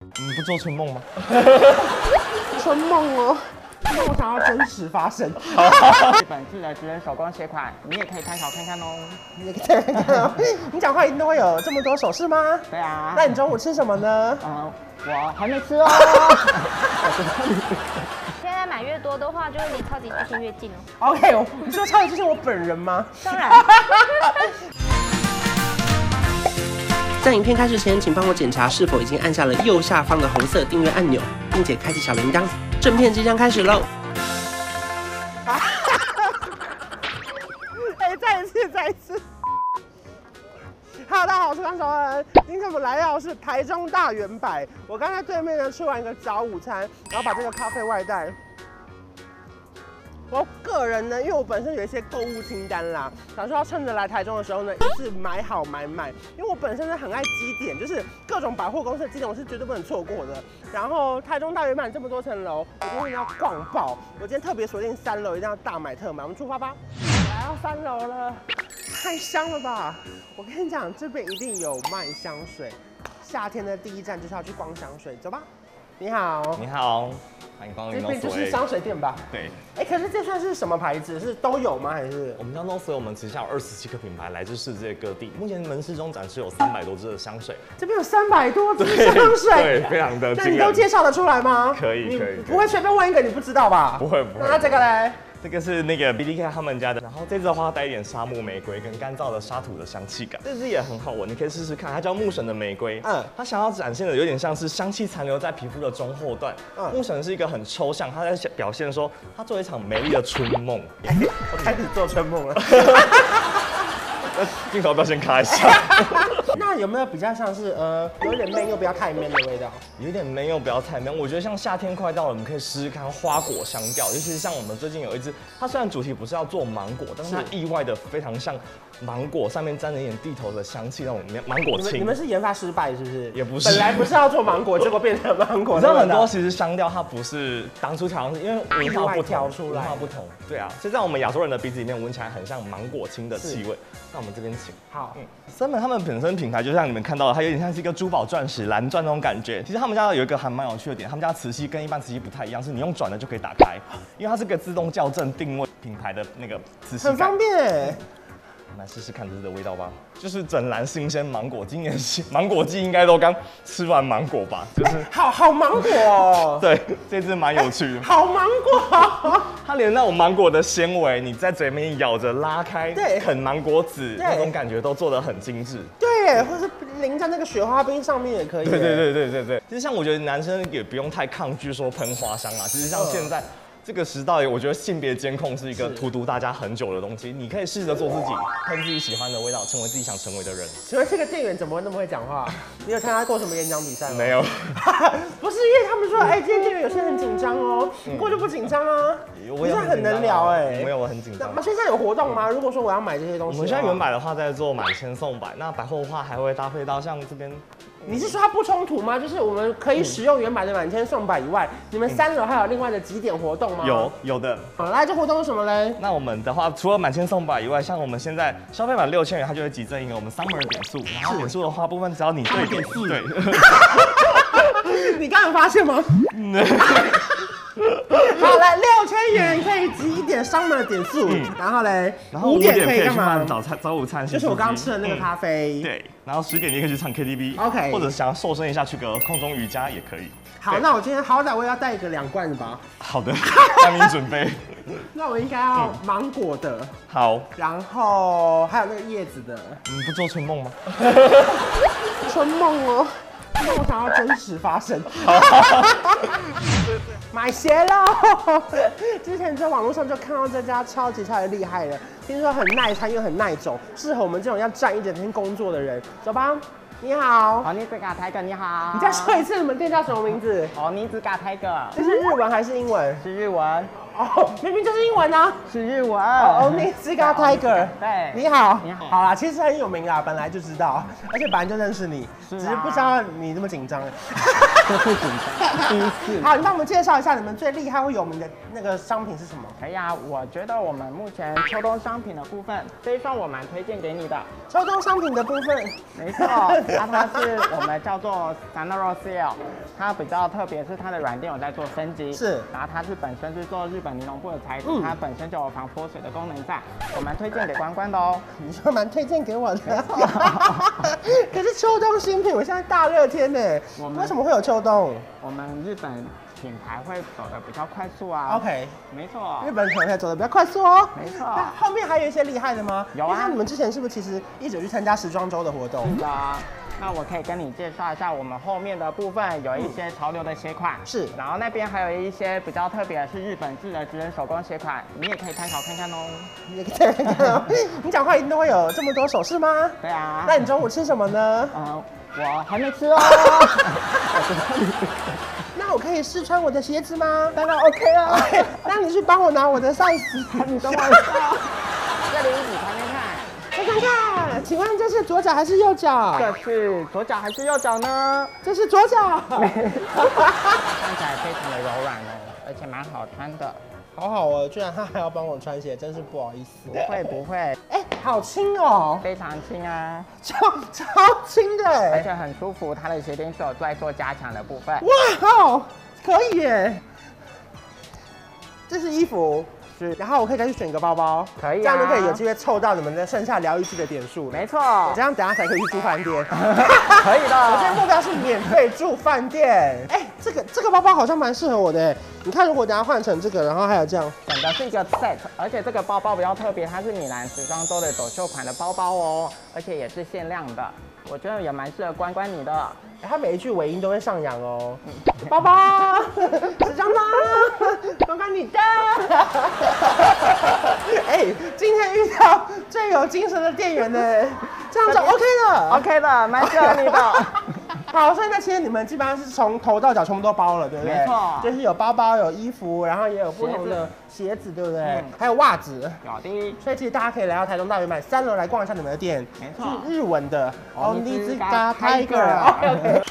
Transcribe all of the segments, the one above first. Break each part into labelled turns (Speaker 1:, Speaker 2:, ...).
Speaker 1: 你不做春梦吗？
Speaker 2: 春梦哦，
Speaker 3: 梦想要真实 发生。日本制的职人手工鞋款，你也可以参考看看哦。
Speaker 2: 你这个你讲话一定都会有这么多手势吗？
Speaker 3: 对啊，
Speaker 2: 那你中午吃什么呢？
Speaker 3: 呃，我还没吃哦。我是
Speaker 4: 现在买越多的话，就会离超级巨星越近哦。
Speaker 2: OK，我你说超级巨星我本人吗？
Speaker 4: 当
Speaker 3: 呃
Speaker 4: 然，
Speaker 5: 在影片开始前，请帮我检查是否已经按下了右下方的红色订阅按钮，并且开启小铃铛。正片即将开始喽！
Speaker 2: 哎、再一次，再一次。Hello，大家好，我是张小恩。今天我们来到的是台中大圆柏。我刚才对面呢吃完一个早午餐，然后把这个咖啡外带。我个人呢，因为我本身有一些购物清单啦，想说要趁着来台中的时候呢，一次买好买满。因为我本身呢很爱积点，就是各种百货公司的积点，我是绝对不能错过的。然后台中大圆满这么多层楼，我今天要逛爆。我今天特别锁定三楼，一定要大买特买。我们出发吧，来到三楼了，太香了吧！我跟你讲，这边一定有卖香水。夏天的第一站就是要去逛香水，走吧。你好，
Speaker 1: 你好，欢迎光
Speaker 2: 这
Speaker 1: 临 No
Speaker 2: 边就
Speaker 1: s
Speaker 2: 是
Speaker 1: way。
Speaker 2: 香水店吧？
Speaker 1: 对，
Speaker 2: 哎、可是这算是什么牌子？是都有吗？还是
Speaker 1: 我们家 No s way，我们旗下有二十七个品牌，来自世界各地。目前门市中展示有三百多支的香水，
Speaker 2: 这边有三百多支
Speaker 1: 对
Speaker 2: 香水？
Speaker 1: 对，非常的
Speaker 2: 那
Speaker 1: 惊
Speaker 2: 你都
Speaker 1: 人。
Speaker 2: 介绍得出来吗？
Speaker 1: 可以
Speaker 2: 你
Speaker 1: 可以可以
Speaker 2: 不会随便问一个你不知道吧？
Speaker 1: 不会不会
Speaker 2: 那这个嘞？
Speaker 1: 这个是那个 B D K 他们家的，然后这支的话带一点沙漠玫瑰跟干燥的沙土的香气感，这支也很好闻，你可以试试看。它叫木神的玫瑰，
Speaker 2: 嗯
Speaker 1: 嗯，它想要展现的有点像是香气残留在皮肤的中后段。
Speaker 2: 嗯
Speaker 1: 木神是一个很抽象，它在表现说它做一场美丽的春梦。
Speaker 2: 我开始做春梦了。
Speaker 1: 那镜头不要先开一下，
Speaker 2: 那有没有比较像是呃，有点闷又不要太闷的味道？
Speaker 1: 有点闷又不要太闷。我觉得像夏天快到了，我们可以试试看花果香调，尤其是像我们最近有一支，它虽然主题不是要做芒果，但是它
Speaker 2: 是
Speaker 1: 意外的非常像芒果，上面沾着一点地头的香气，那种芒果
Speaker 2: 你们
Speaker 1: 青。
Speaker 2: 你们是研发失败是不是？
Speaker 1: 也不是嗯
Speaker 2: 本来不是要做芒果，结果变成芒果
Speaker 1: 你
Speaker 2: 的
Speaker 1: 知道
Speaker 2: 味道。
Speaker 1: 很多其实香调它不是当初调，是因为文化
Speaker 2: 意外
Speaker 1: 不
Speaker 2: 调
Speaker 1: 同，
Speaker 2: 出来
Speaker 1: 文化不同，对啊，所以在我们亚洲人的鼻子里面闻起来很像芒果青的气味。那我们这边请。
Speaker 2: 好，
Speaker 1: 嗯，森本他们本身品牌就像你们看到的，它有点像是一个珠宝、钻石、蓝钻那种感觉。其实他们家有一个还蛮有趣的点，他们家磁吸跟一般磁吸不太一样，是你用转的就可以打开，因为它是个自动校正定位品牌的那个磁吸
Speaker 2: 很
Speaker 1: 感
Speaker 2: 方。便哎。
Speaker 1: 我们来试试看这支的味道吧，就是整篮新鲜芒果，今年是芒果季应该都刚吃完芒果吧，就是。
Speaker 2: 好好芒果、哦，
Speaker 1: 对，这支蛮有趣的。
Speaker 2: 好芒果，
Speaker 1: 它连那种芒果的纤维，你在嘴里面咬着拉开，
Speaker 2: 对
Speaker 1: 啃芒果籽
Speaker 2: 对
Speaker 1: 那种感觉都做得很精致。
Speaker 2: 对耶，或是淋在那个雪花冰上面也可以耶。
Speaker 1: 对对对对对对，其实像我觉得男生也不用太抗拒说喷花香啊，其实像现在。这个时代，我觉得性别监控是一个荼毒大家很久的东西。你可以试着做自己，喷自己喜欢的味道，成为自己想成为的人。
Speaker 2: 请问这个店员怎么会那么会讲 话？你有参加过什么演讲比赛吗？
Speaker 1: 没有，
Speaker 2: 不是因为他们说，哎、今天店员有些很紧张哦，不过就不紧张啊。
Speaker 1: 我
Speaker 2: 你
Speaker 1: 也
Speaker 2: 现在很
Speaker 1: 紧张啊
Speaker 2: 能聊哎、
Speaker 1: 没有，我很紧张。
Speaker 2: 那现在有活动吗？如果说我要买这些东
Speaker 1: 我
Speaker 2: 西，
Speaker 1: 们现在原，版的话在做满千送百，那百货的话还会搭配到像这边
Speaker 2: 你是说它不冲突吗？就是我们可以使用原版的满千送百以外，你们三楼还有另外的几点活动吗？
Speaker 1: 有。有的
Speaker 2: 好，那这活动是什么 嘞？
Speaker 1: 那我们的话，除了满千送百以外，像我们现在消费满六千元，它就会集赠一个我们 summer 的点数，然后点数的话部分，只要你对点数，对，
Speaker 2: 你刚刚有发现 吗？好了，六千元可以集一点商的点数，然后嘞，
Speaker 1: 嗯然后五点可以
Speaker 2: 干
Speaker 1: 去
Speaker 2: 嘛
Speaker 1: 办？早餐、早午餐，
Speaker 2: 就是我刚刚吃的那个咖
Speaker 1: 啡。嗯
Speaker 2: 啡。
Speaker 1: 对，然后十点你可以去唱 KTV。
Speaker 2: OK
Speaker 1: 或者想要瘦身一下，去个空中瑜伽也可以。
Speaker 2: 好，
Speaker 1: 对
Speaker 2: 那我今天好歹我也要带一个两罐的吧？
Speaker 1: 好的， 帮你准备
Speaker 2: 那我应该要
Speaker 1: 嗯
Speaker 2: 芒果的，
Speaker 1: 好。
Speaker 2: 然后还有那个叶子的。
Speaker 1: 你不做春梦吗？
Speaker 2: 春梦哦，梦想要真实发 生。买鞋喽！之前在网络上就看到这家超级超级厉害的，听说很耐穿又很耐走，适合我们这种要站一整天工作的人。走吧，你好，
Speaker 3: 好，你子嘎台哥你好。
Speaker 2: 你再说一次你们店叫什么名字？
Speaker 3: 哦，你子嘎台哥
Speaker 2: 这是日文还是英文？
Speaker 3: 是日文，
Speaker 2: 哦，明明就是英文啊！
Speaker 3: 是日文。
Speaker 2: 哦，Only Ziga Tiger，
Speaker 3: 对
Speaker 2: 你好，
Speaker 3: 你好
Speaker 2: 好啦，其实很有名啦，本来就知道，而且本来就认识你，
Speaker 3: 是啊
Speaker 2: 只是不知道你这么紧张。
Speaker 3: 最紧张，第一次。
Speaker 2: 好，你帮我们介绍一下你们最厉害或有名的那个商品是什么？
Speaker 3: 哎呀，我觉得我们目前秋冬商品的部分，这一双我蛮推荐给你的。
Speaker 2: 秋冬商品的部分，
Speaker 3: 没错，它它是我们叫做 Sanoro Seal，它比较特别是它的软垫有在做升级，
Speaker 2: 是
Speaker 3: 然后它是本身是做日本尼龙布的材质，
Speaker 2: 嗯
Speaker 3: 它本身就有防泼水的功能在，我蛮推荐给关关的哦。
Speaker 2: 你就蛮推荐给我 的。可是秋冬新品，我现在大热天呢、
Speaker 3: 我们
Speaker 2: 为什么会有秋冬
Speaker 3: 我们日本品牌会走的比较快速啊。
Speaker 2: ？OK，
Speaker 3: 没错
Speaker 2: 日，本可能走的比较快速哦。
Speaker 3: 没错
Speaker 2: 那后面还有一些厉害的吗？
Speaker 3: 有啊
Speaker 2: 因为像你们之前是不是其实一直有去参加时装周的活动？
Speaker 3: 是的。那我可以跟你介绍一下我们后面的部分，有一些潮流的鞋款，
Speaker 2: 是
Speaker 3: 然后那边还有一些比较特别的是日本制的职人手工鞋款，你也可以参考看看哦。
Speaker 2: 你这个 你讲话一定都会有这么多手势吗？
Speaker 3: 对啊，
Speaker 2: 那你中午吃什么呢？
Speaker 3: 呃，我还没吃 哦。我
Speaker 2: 那我可以试穿我的鞋子吗？当然 OK 啊。 那你去帮我拿我的 size，你等我一 下。
Speaker 3: 这里你看没看？
Speaker 2: 我看看，请问这是左脚还是右脚？
Speaker 3: 这是左脚还是右脚 呢？
Speaker 2: 这是左 脚。
Speaker 3: 看起来非常的柔软哦，而且蛮好穿的。
Speaker 2: 好好哦，居然他还要帮我穿鞋，真是不好意思
Speaker 3: 不。会不会，
Speaker 2: 哎、好轻哦，
Speaker 3: 非常轻啊，
Speaker 2: 超超轻的
Speaker 3: 而
Speaker 2: 哎，
Speaker 3: 且很舒服。它的鞋垫是有在做加强的部分。
Speaker 2: 哇哦，可以耶。这是衣服，是，然后我可以再去选一个包包，
Speaker 3: 可
Speaker 2: 这
Speaker 3: 以啊
Speaker 2: 样就可以有机会凑到你们的剩下疗愈系的点数了。
Speaker 3: 没错，
Speaker 2: 这样等下才可以去住饭店。
Speaker 3: 可以
Speaker 2: 我现在
Speaker 3: 的。
Speaker 2: 目标是免费住饭店。哎、这个这个包包好像蛮适合我的哎。你看，如果等下换成这个，然后还有这样，
Speaker 3: 整个是一个 set，而且这个包包比较特别，它是米兰时装周的走秀款的包包哦，而且也是限量的，我觉得也蛮适合关关你的。
Speaker 2: 哎它每一句尾音都会上扬哦。包包， 纸张啦， 关关你的。哎、今天遇到最有精神的店员呢，这样就 OK 了。
Speaker 3: OK 的，蛮适合你的。
Speaker 2: 好，所以那其实你们基本上是从头到脚全部都包了，对不对？
Speaker 3: 没错
Speaker 2: 就是有包包、有衣服，然后也有不同的鞋子，对不对？
Speaker 3: 嗯
Speaker 2: 还有袜子。
Speaker 3: 有的，
Speaker 2: 所以其实大家可以来到台中大圆满三楼来逛一下你们的店，
Speaker 3: 没错
Speaker 2: 是日文的
Speaker 3: Onitsuka Tiger 啊
Speaker 2: OK，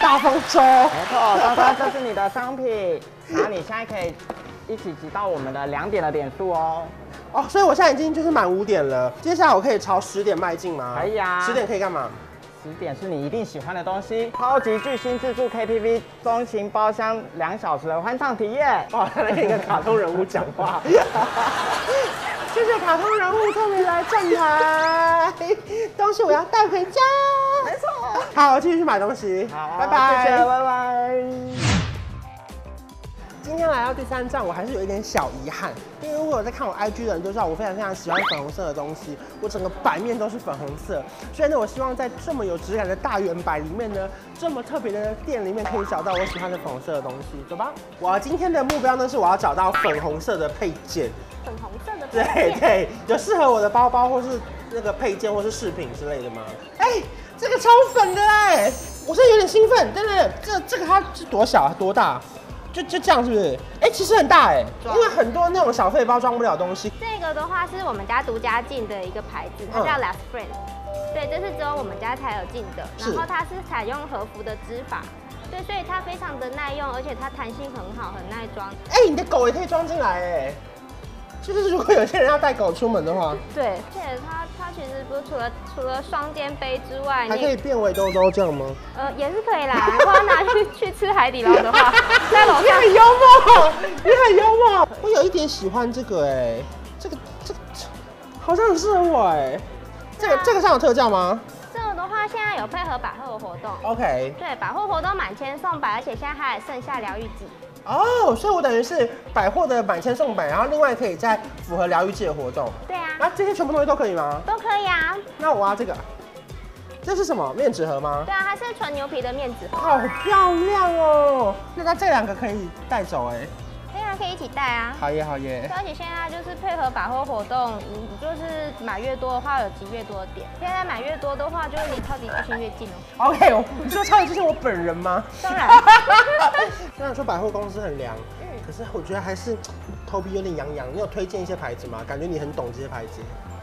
Speaker 2: 大丰收，
Speaker 3: 没错，刚刚这是你的商品，然后你现在可以一起集到我们的两点的点数哦。
Speaker 2: 哦，所以我现在已经就是满五点了，接下来我可以朝十点迈进吗？
Speaker 3: 可以啊
Speaker 2: 十点可以 干嘛？
Speaker 3: 十点是你一定喜欢的东西，超级巨星自助 KTV 中型包厢两小时的欢唱体验。
Speaker 2: 哇，他在跟一个卡通人物讲话。 谢谢卡通人物特别来站台，东西我要带回家。没错。好，我继续去买东西。
Speaker 3: 好，
Speaker 2: 拜拜。
Speaker 3: 谢谢，拜拜。
Speaker 2: 今天来到第三站，我还是有一点小遗憾，因为如果有在看我 IG 的人都知道，我非常非常喜欢粉红色的东西，我整个版面都是粉红色。所以呢，我希望在这么有质感的大圆版里面呢，这么特别的店里面可以找到我喜欢的粉红色的东西，走吧。我今天的目标呢是我要找到粉红色的配件，
Speaker 4: 粉红色 的
Speaker 2: 对
Speaker 4: 配件
Speaker 2: 对，有适合我的包包或是那个配件或是饰品之类的吗？哎、这个超粉的哎、我现在有点兴奋。等等，这这个它是多小啊？多大？就就这样是不是？哎、其实很大哎、
Speaker 4: 对啊
Speaker 2: 因为很多那种小费包装不了东西。
Speaker 4: 这个的话是我们家独家进的一个牌子，它
Speaker 2: 嗯
Speaker 4: 叫 Last Friend。对，这是只有我们家才有进的。
Speaker 2: 是
Speaker 4: 然后它是采用和服的织法，对，所以它非常的耐用，而且它弹性很好，很耐装。
Speaker 2: 哎、你的狗也可以装进来哎、就是如果有些人要带狗出门的话，
Speaker 4: 对，而且它它其实不是除了除了双肩背之
Speaker 2: 还
Speaker 4: 外，
Speaker 2: 可以
Speaker 4: 哎你
Speaker 2: 变围兜兜这样吗？
Speaker 4: 呃也是可以啦。 如果要拿去去吃海底捞 的话，在楼
Speaker 2: 你
Speaker 4: 上
Speaker 2: 很幽默，你很幽默。我有一点喜欢这个哎、这个这个这好像很适合我哎、这个
Speaker 4: 对啊
Speaker 2: 这个上有特价吗
Speaker 4: 这个的话，现在有配合百货的活动。
Speaker 2: ？OK，
Speaker 4: 对，百货活动满千送百，而且现在还有剩下疗愈季。
Speaker 2: 哦，所以我等于是百货的满千送百，然后另外可以再符合疗愈季的活动。
Speaker 4: 对啊，
Speaker 2: 那这些全部东西都可以吗？
Speaker 4: 都可以啊。
Speaker 2: 那我要这个，这是什么面纸盒吗？
Speaker 4: 对啊，它是纯牛皮的面纸盒，
Speaker 2: 好漂亮哦！那它这两个可以带走哎、
Speaker 4: 对啊，可以一起带啊。
Speaker 2: 好耶好耶
Speaker 4: 对！而且现在就是配合百货活动，你就是买越多的话有集越多的点。现在买越多的话，就是离超级巨星越近哦。
Speaker 2: OK，我你说超级就是我本人吗？
Speaker 4: 当然，
Speaker 2: 虽然说百货公司很凉，
Speaker 4: 嗯
Speaker 2: 可是我觉得还是头皮有点痒痒。你有推荐一些牌子吗？感觉你很懂这些牌子。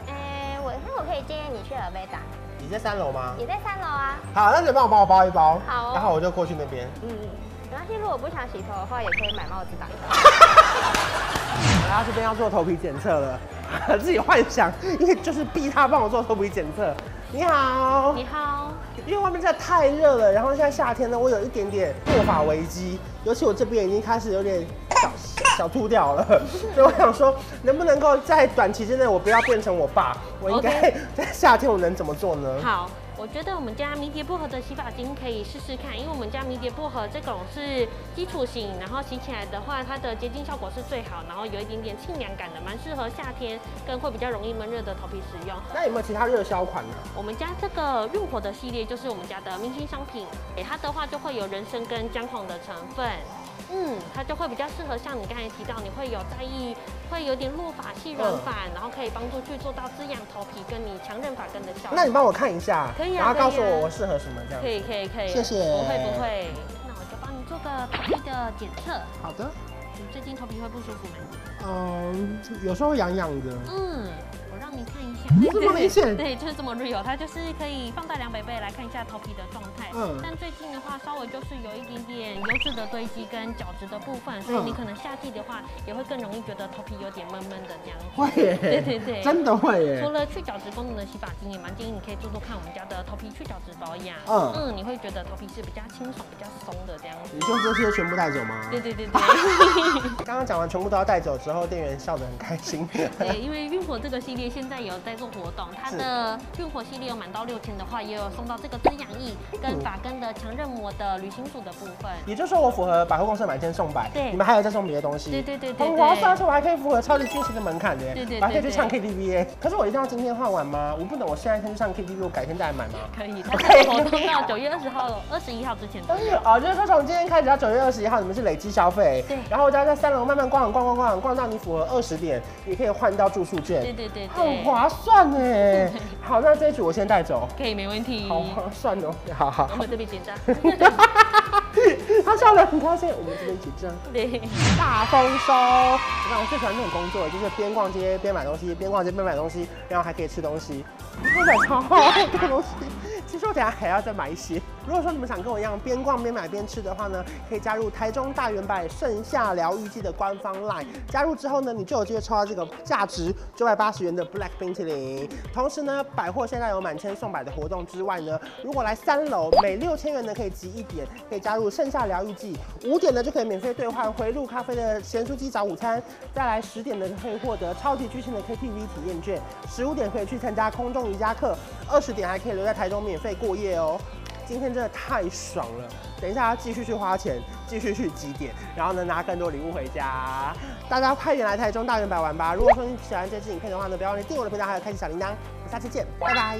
Speaker 4: 哎、我那我可以建议你去尔贝达，
Speaker 2: 你在三楼吗？
Speaker 4: 也在三楼啊。
Speaker 2: 好，那你帮我帮我包一包，
Speaker 4: 好哦
Speaker 2: 然后我就过去那边。
Speaker 4: 嗯，没关系，如果不想洗头的话，也可以买帽子绑一绑。
Speaker 2: 我要这边要做头皮检测了， 自己幻想，因为就是逼他帮我做头皮检测。你好，
Speaker 4: 你好，
Speaker 2: 因为外面真的太热了，然后现在夏天呢，我有一点点脱发危机，尤其我这边已经开始有点小小秃掉 了，所以我想说，能不能够在短期之内我不要变成我爸？我应该
Speaker 6: OK
Speaker 2: 在夏天我能怎么做呢？
Speaker 6: 好，我觉得我们家迷迭薄荷的洗发精可以试试看，因为我们家迷迭薄荷这种是基础型，然后洗起来的话，它的洁净效果是最好，然后有一点点清凉感的，蛮适合夏天跟会比较容易闷热的头皮使用。
Speaker 2: 那有没有其他热销款呢？
Speaker 6: 我们家这个润活的系列就是我们家的明星商品，诶它的话就会有人参跟姜黄的成分。嗯，它就会比较适合像你刚才提到，你会有在意，会有点落发、细软发，
Speaker 2: 嗯
Speaker 6: 然后可以帮助去做到滋养头皮跟你强韧发根的效果。
Speaker 2: 那你帮我看一下，
Speaker 6: 可以啊
Speaker 2: 然后告诉
Speaker 6: 可以啊
Speaker 2: 我我适合什么这样
Speaker 6: 可。以可以可以，
Speaker 2: 谢谢
Speaker 6: 不会不会。那我就帮你做个头皮的检测，
Speaker 2: 好的，
Speaker 6: 你最近头皮会不舒服吗？
Speaker 2: 嗯，有时候痒痒的。
Speaker 6: 嗯，我让你看一下，
Speaker 2: 这么明显
Speaker 6: 对，就是这么 real，它就是可以放大两百倍来看一下头皮的状态。
Speaker 2: 嗯
Speaker 6: 但最近的话，稍微就是有一点点油脂的堆积跟角质的部分，所以
Speaker 2: 嗯
Speaker 6: 你可能夏季的话，也会更容易觉得头皮有点闷闷的这样子。
Speaker 2: 会耶，
Speaker 6: 对对对
Speaker 2: 真的会耶
Speaker 6: 除。了去角质功能的洗发精，也蛮建议你可以做做看我们家的头皮去角质保养。
Speaker 2: 嗯
Speaker 6: 嗯你会觉得头皮是比较清爽、比较松的这样子。
Speaker 2: 你就这些全部带走吗？
Speaker 6: 对对对对。
Speaker 2: 刚刚讲完全部都要带走之后，店员笑得很开 心。
Speaker 6: 对，因为运火这个系列现在有在做活动，它的运火系列有满到六千的话，也有送到这个滋养液跟发根的强韧膜的旅行组的部分。
Speaker 2: 也就是说，我符合百货公司的满千送百，
Speaker 6: 对
Speaker 2: 你们还有再送别的东西，
Speaker 6: 对对对对对
Speaker 2: 红黄色，而且我还可以符合超级军情的门槛的，
Speaker 6: 对对对
Speaker 2: 我还可以去唱 KTV 耶。可是我一定要今天换完吗？我不能，我现在先去唱 KTV，我改天再来买吗？
Speaker 6: 可以，它这个活动到九月二十号、二十一号之前都有。
Speaker 2: 哦，就是说从今天开始到九月二十一号，你们是累积消费，
Speaker 6: 对
Speaker 2: 然后我只要在三楼慢慢逛逛逛逛逛到你符合二十点，也可以换到住宿券，
Speaker 6: 对对对
Speaker 2: 很
Speaker 6: 对，
Speaker 2: 划算哎。好，那这一组我先带走，
Speaker 6: 可以没问题。
Speaker 2: 好划算哦，好好
Speaker 6: 我。们这边结账。
Speaker 2: 他笑得很开心，我们这边一起这样
Speaker 6: 对，
Speaker 2: 大丰收。你看我最喜欢这种工作，就是边逛街边买东西，边逛街边买东西，然后还可以吃东西，真的超好多东西。其实我等下还要再买一些。如果说你们想跟我一样边逛边买边吃的话呢，可以加入台中大圆百盛夏疗愈季的官方 LINE。加入之后呢，你就有机会抽到这个价值九百八十元的 Black 冰淇淋。同时呢，百货现在有满千送百的活动之外呢，如果来三楼，每六千元呢可以集一点，可以加入盛夏疗愈季。五点呢就可以免费兑换回路咖啡的咸酥鸡早午餐，再来十点呢可以获得超级巨星的 KTV 体验券，十五点可以去参加空中瑜伽课，二十点还可以留在台中免费过夜哦。今天真的太爽了，等一下要继续去花钱，继续去集点，然后呢拿更多礼物回家。大家快点来台中大圆百玩吧！如果说你喜欢这支影片的话呢，不要忘记订阅我的频道，还有开启小铃铛。我们下次见，拜拜。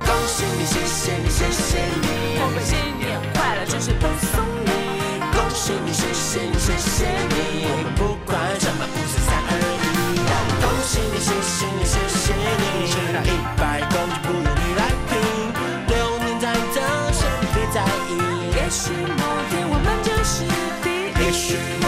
Speaker 7: 恭喜你，谢谢你，谢谢你，我们新年快乐，这是恭送你。恭喜你，谢谢你，谢谢你，我们不管什么，不是三二一。恭喜你，谢谢你，谢谢你，吃到一百公斤不用你来拼，流年在走，谁别在意？也许某天我们就是第一，也许某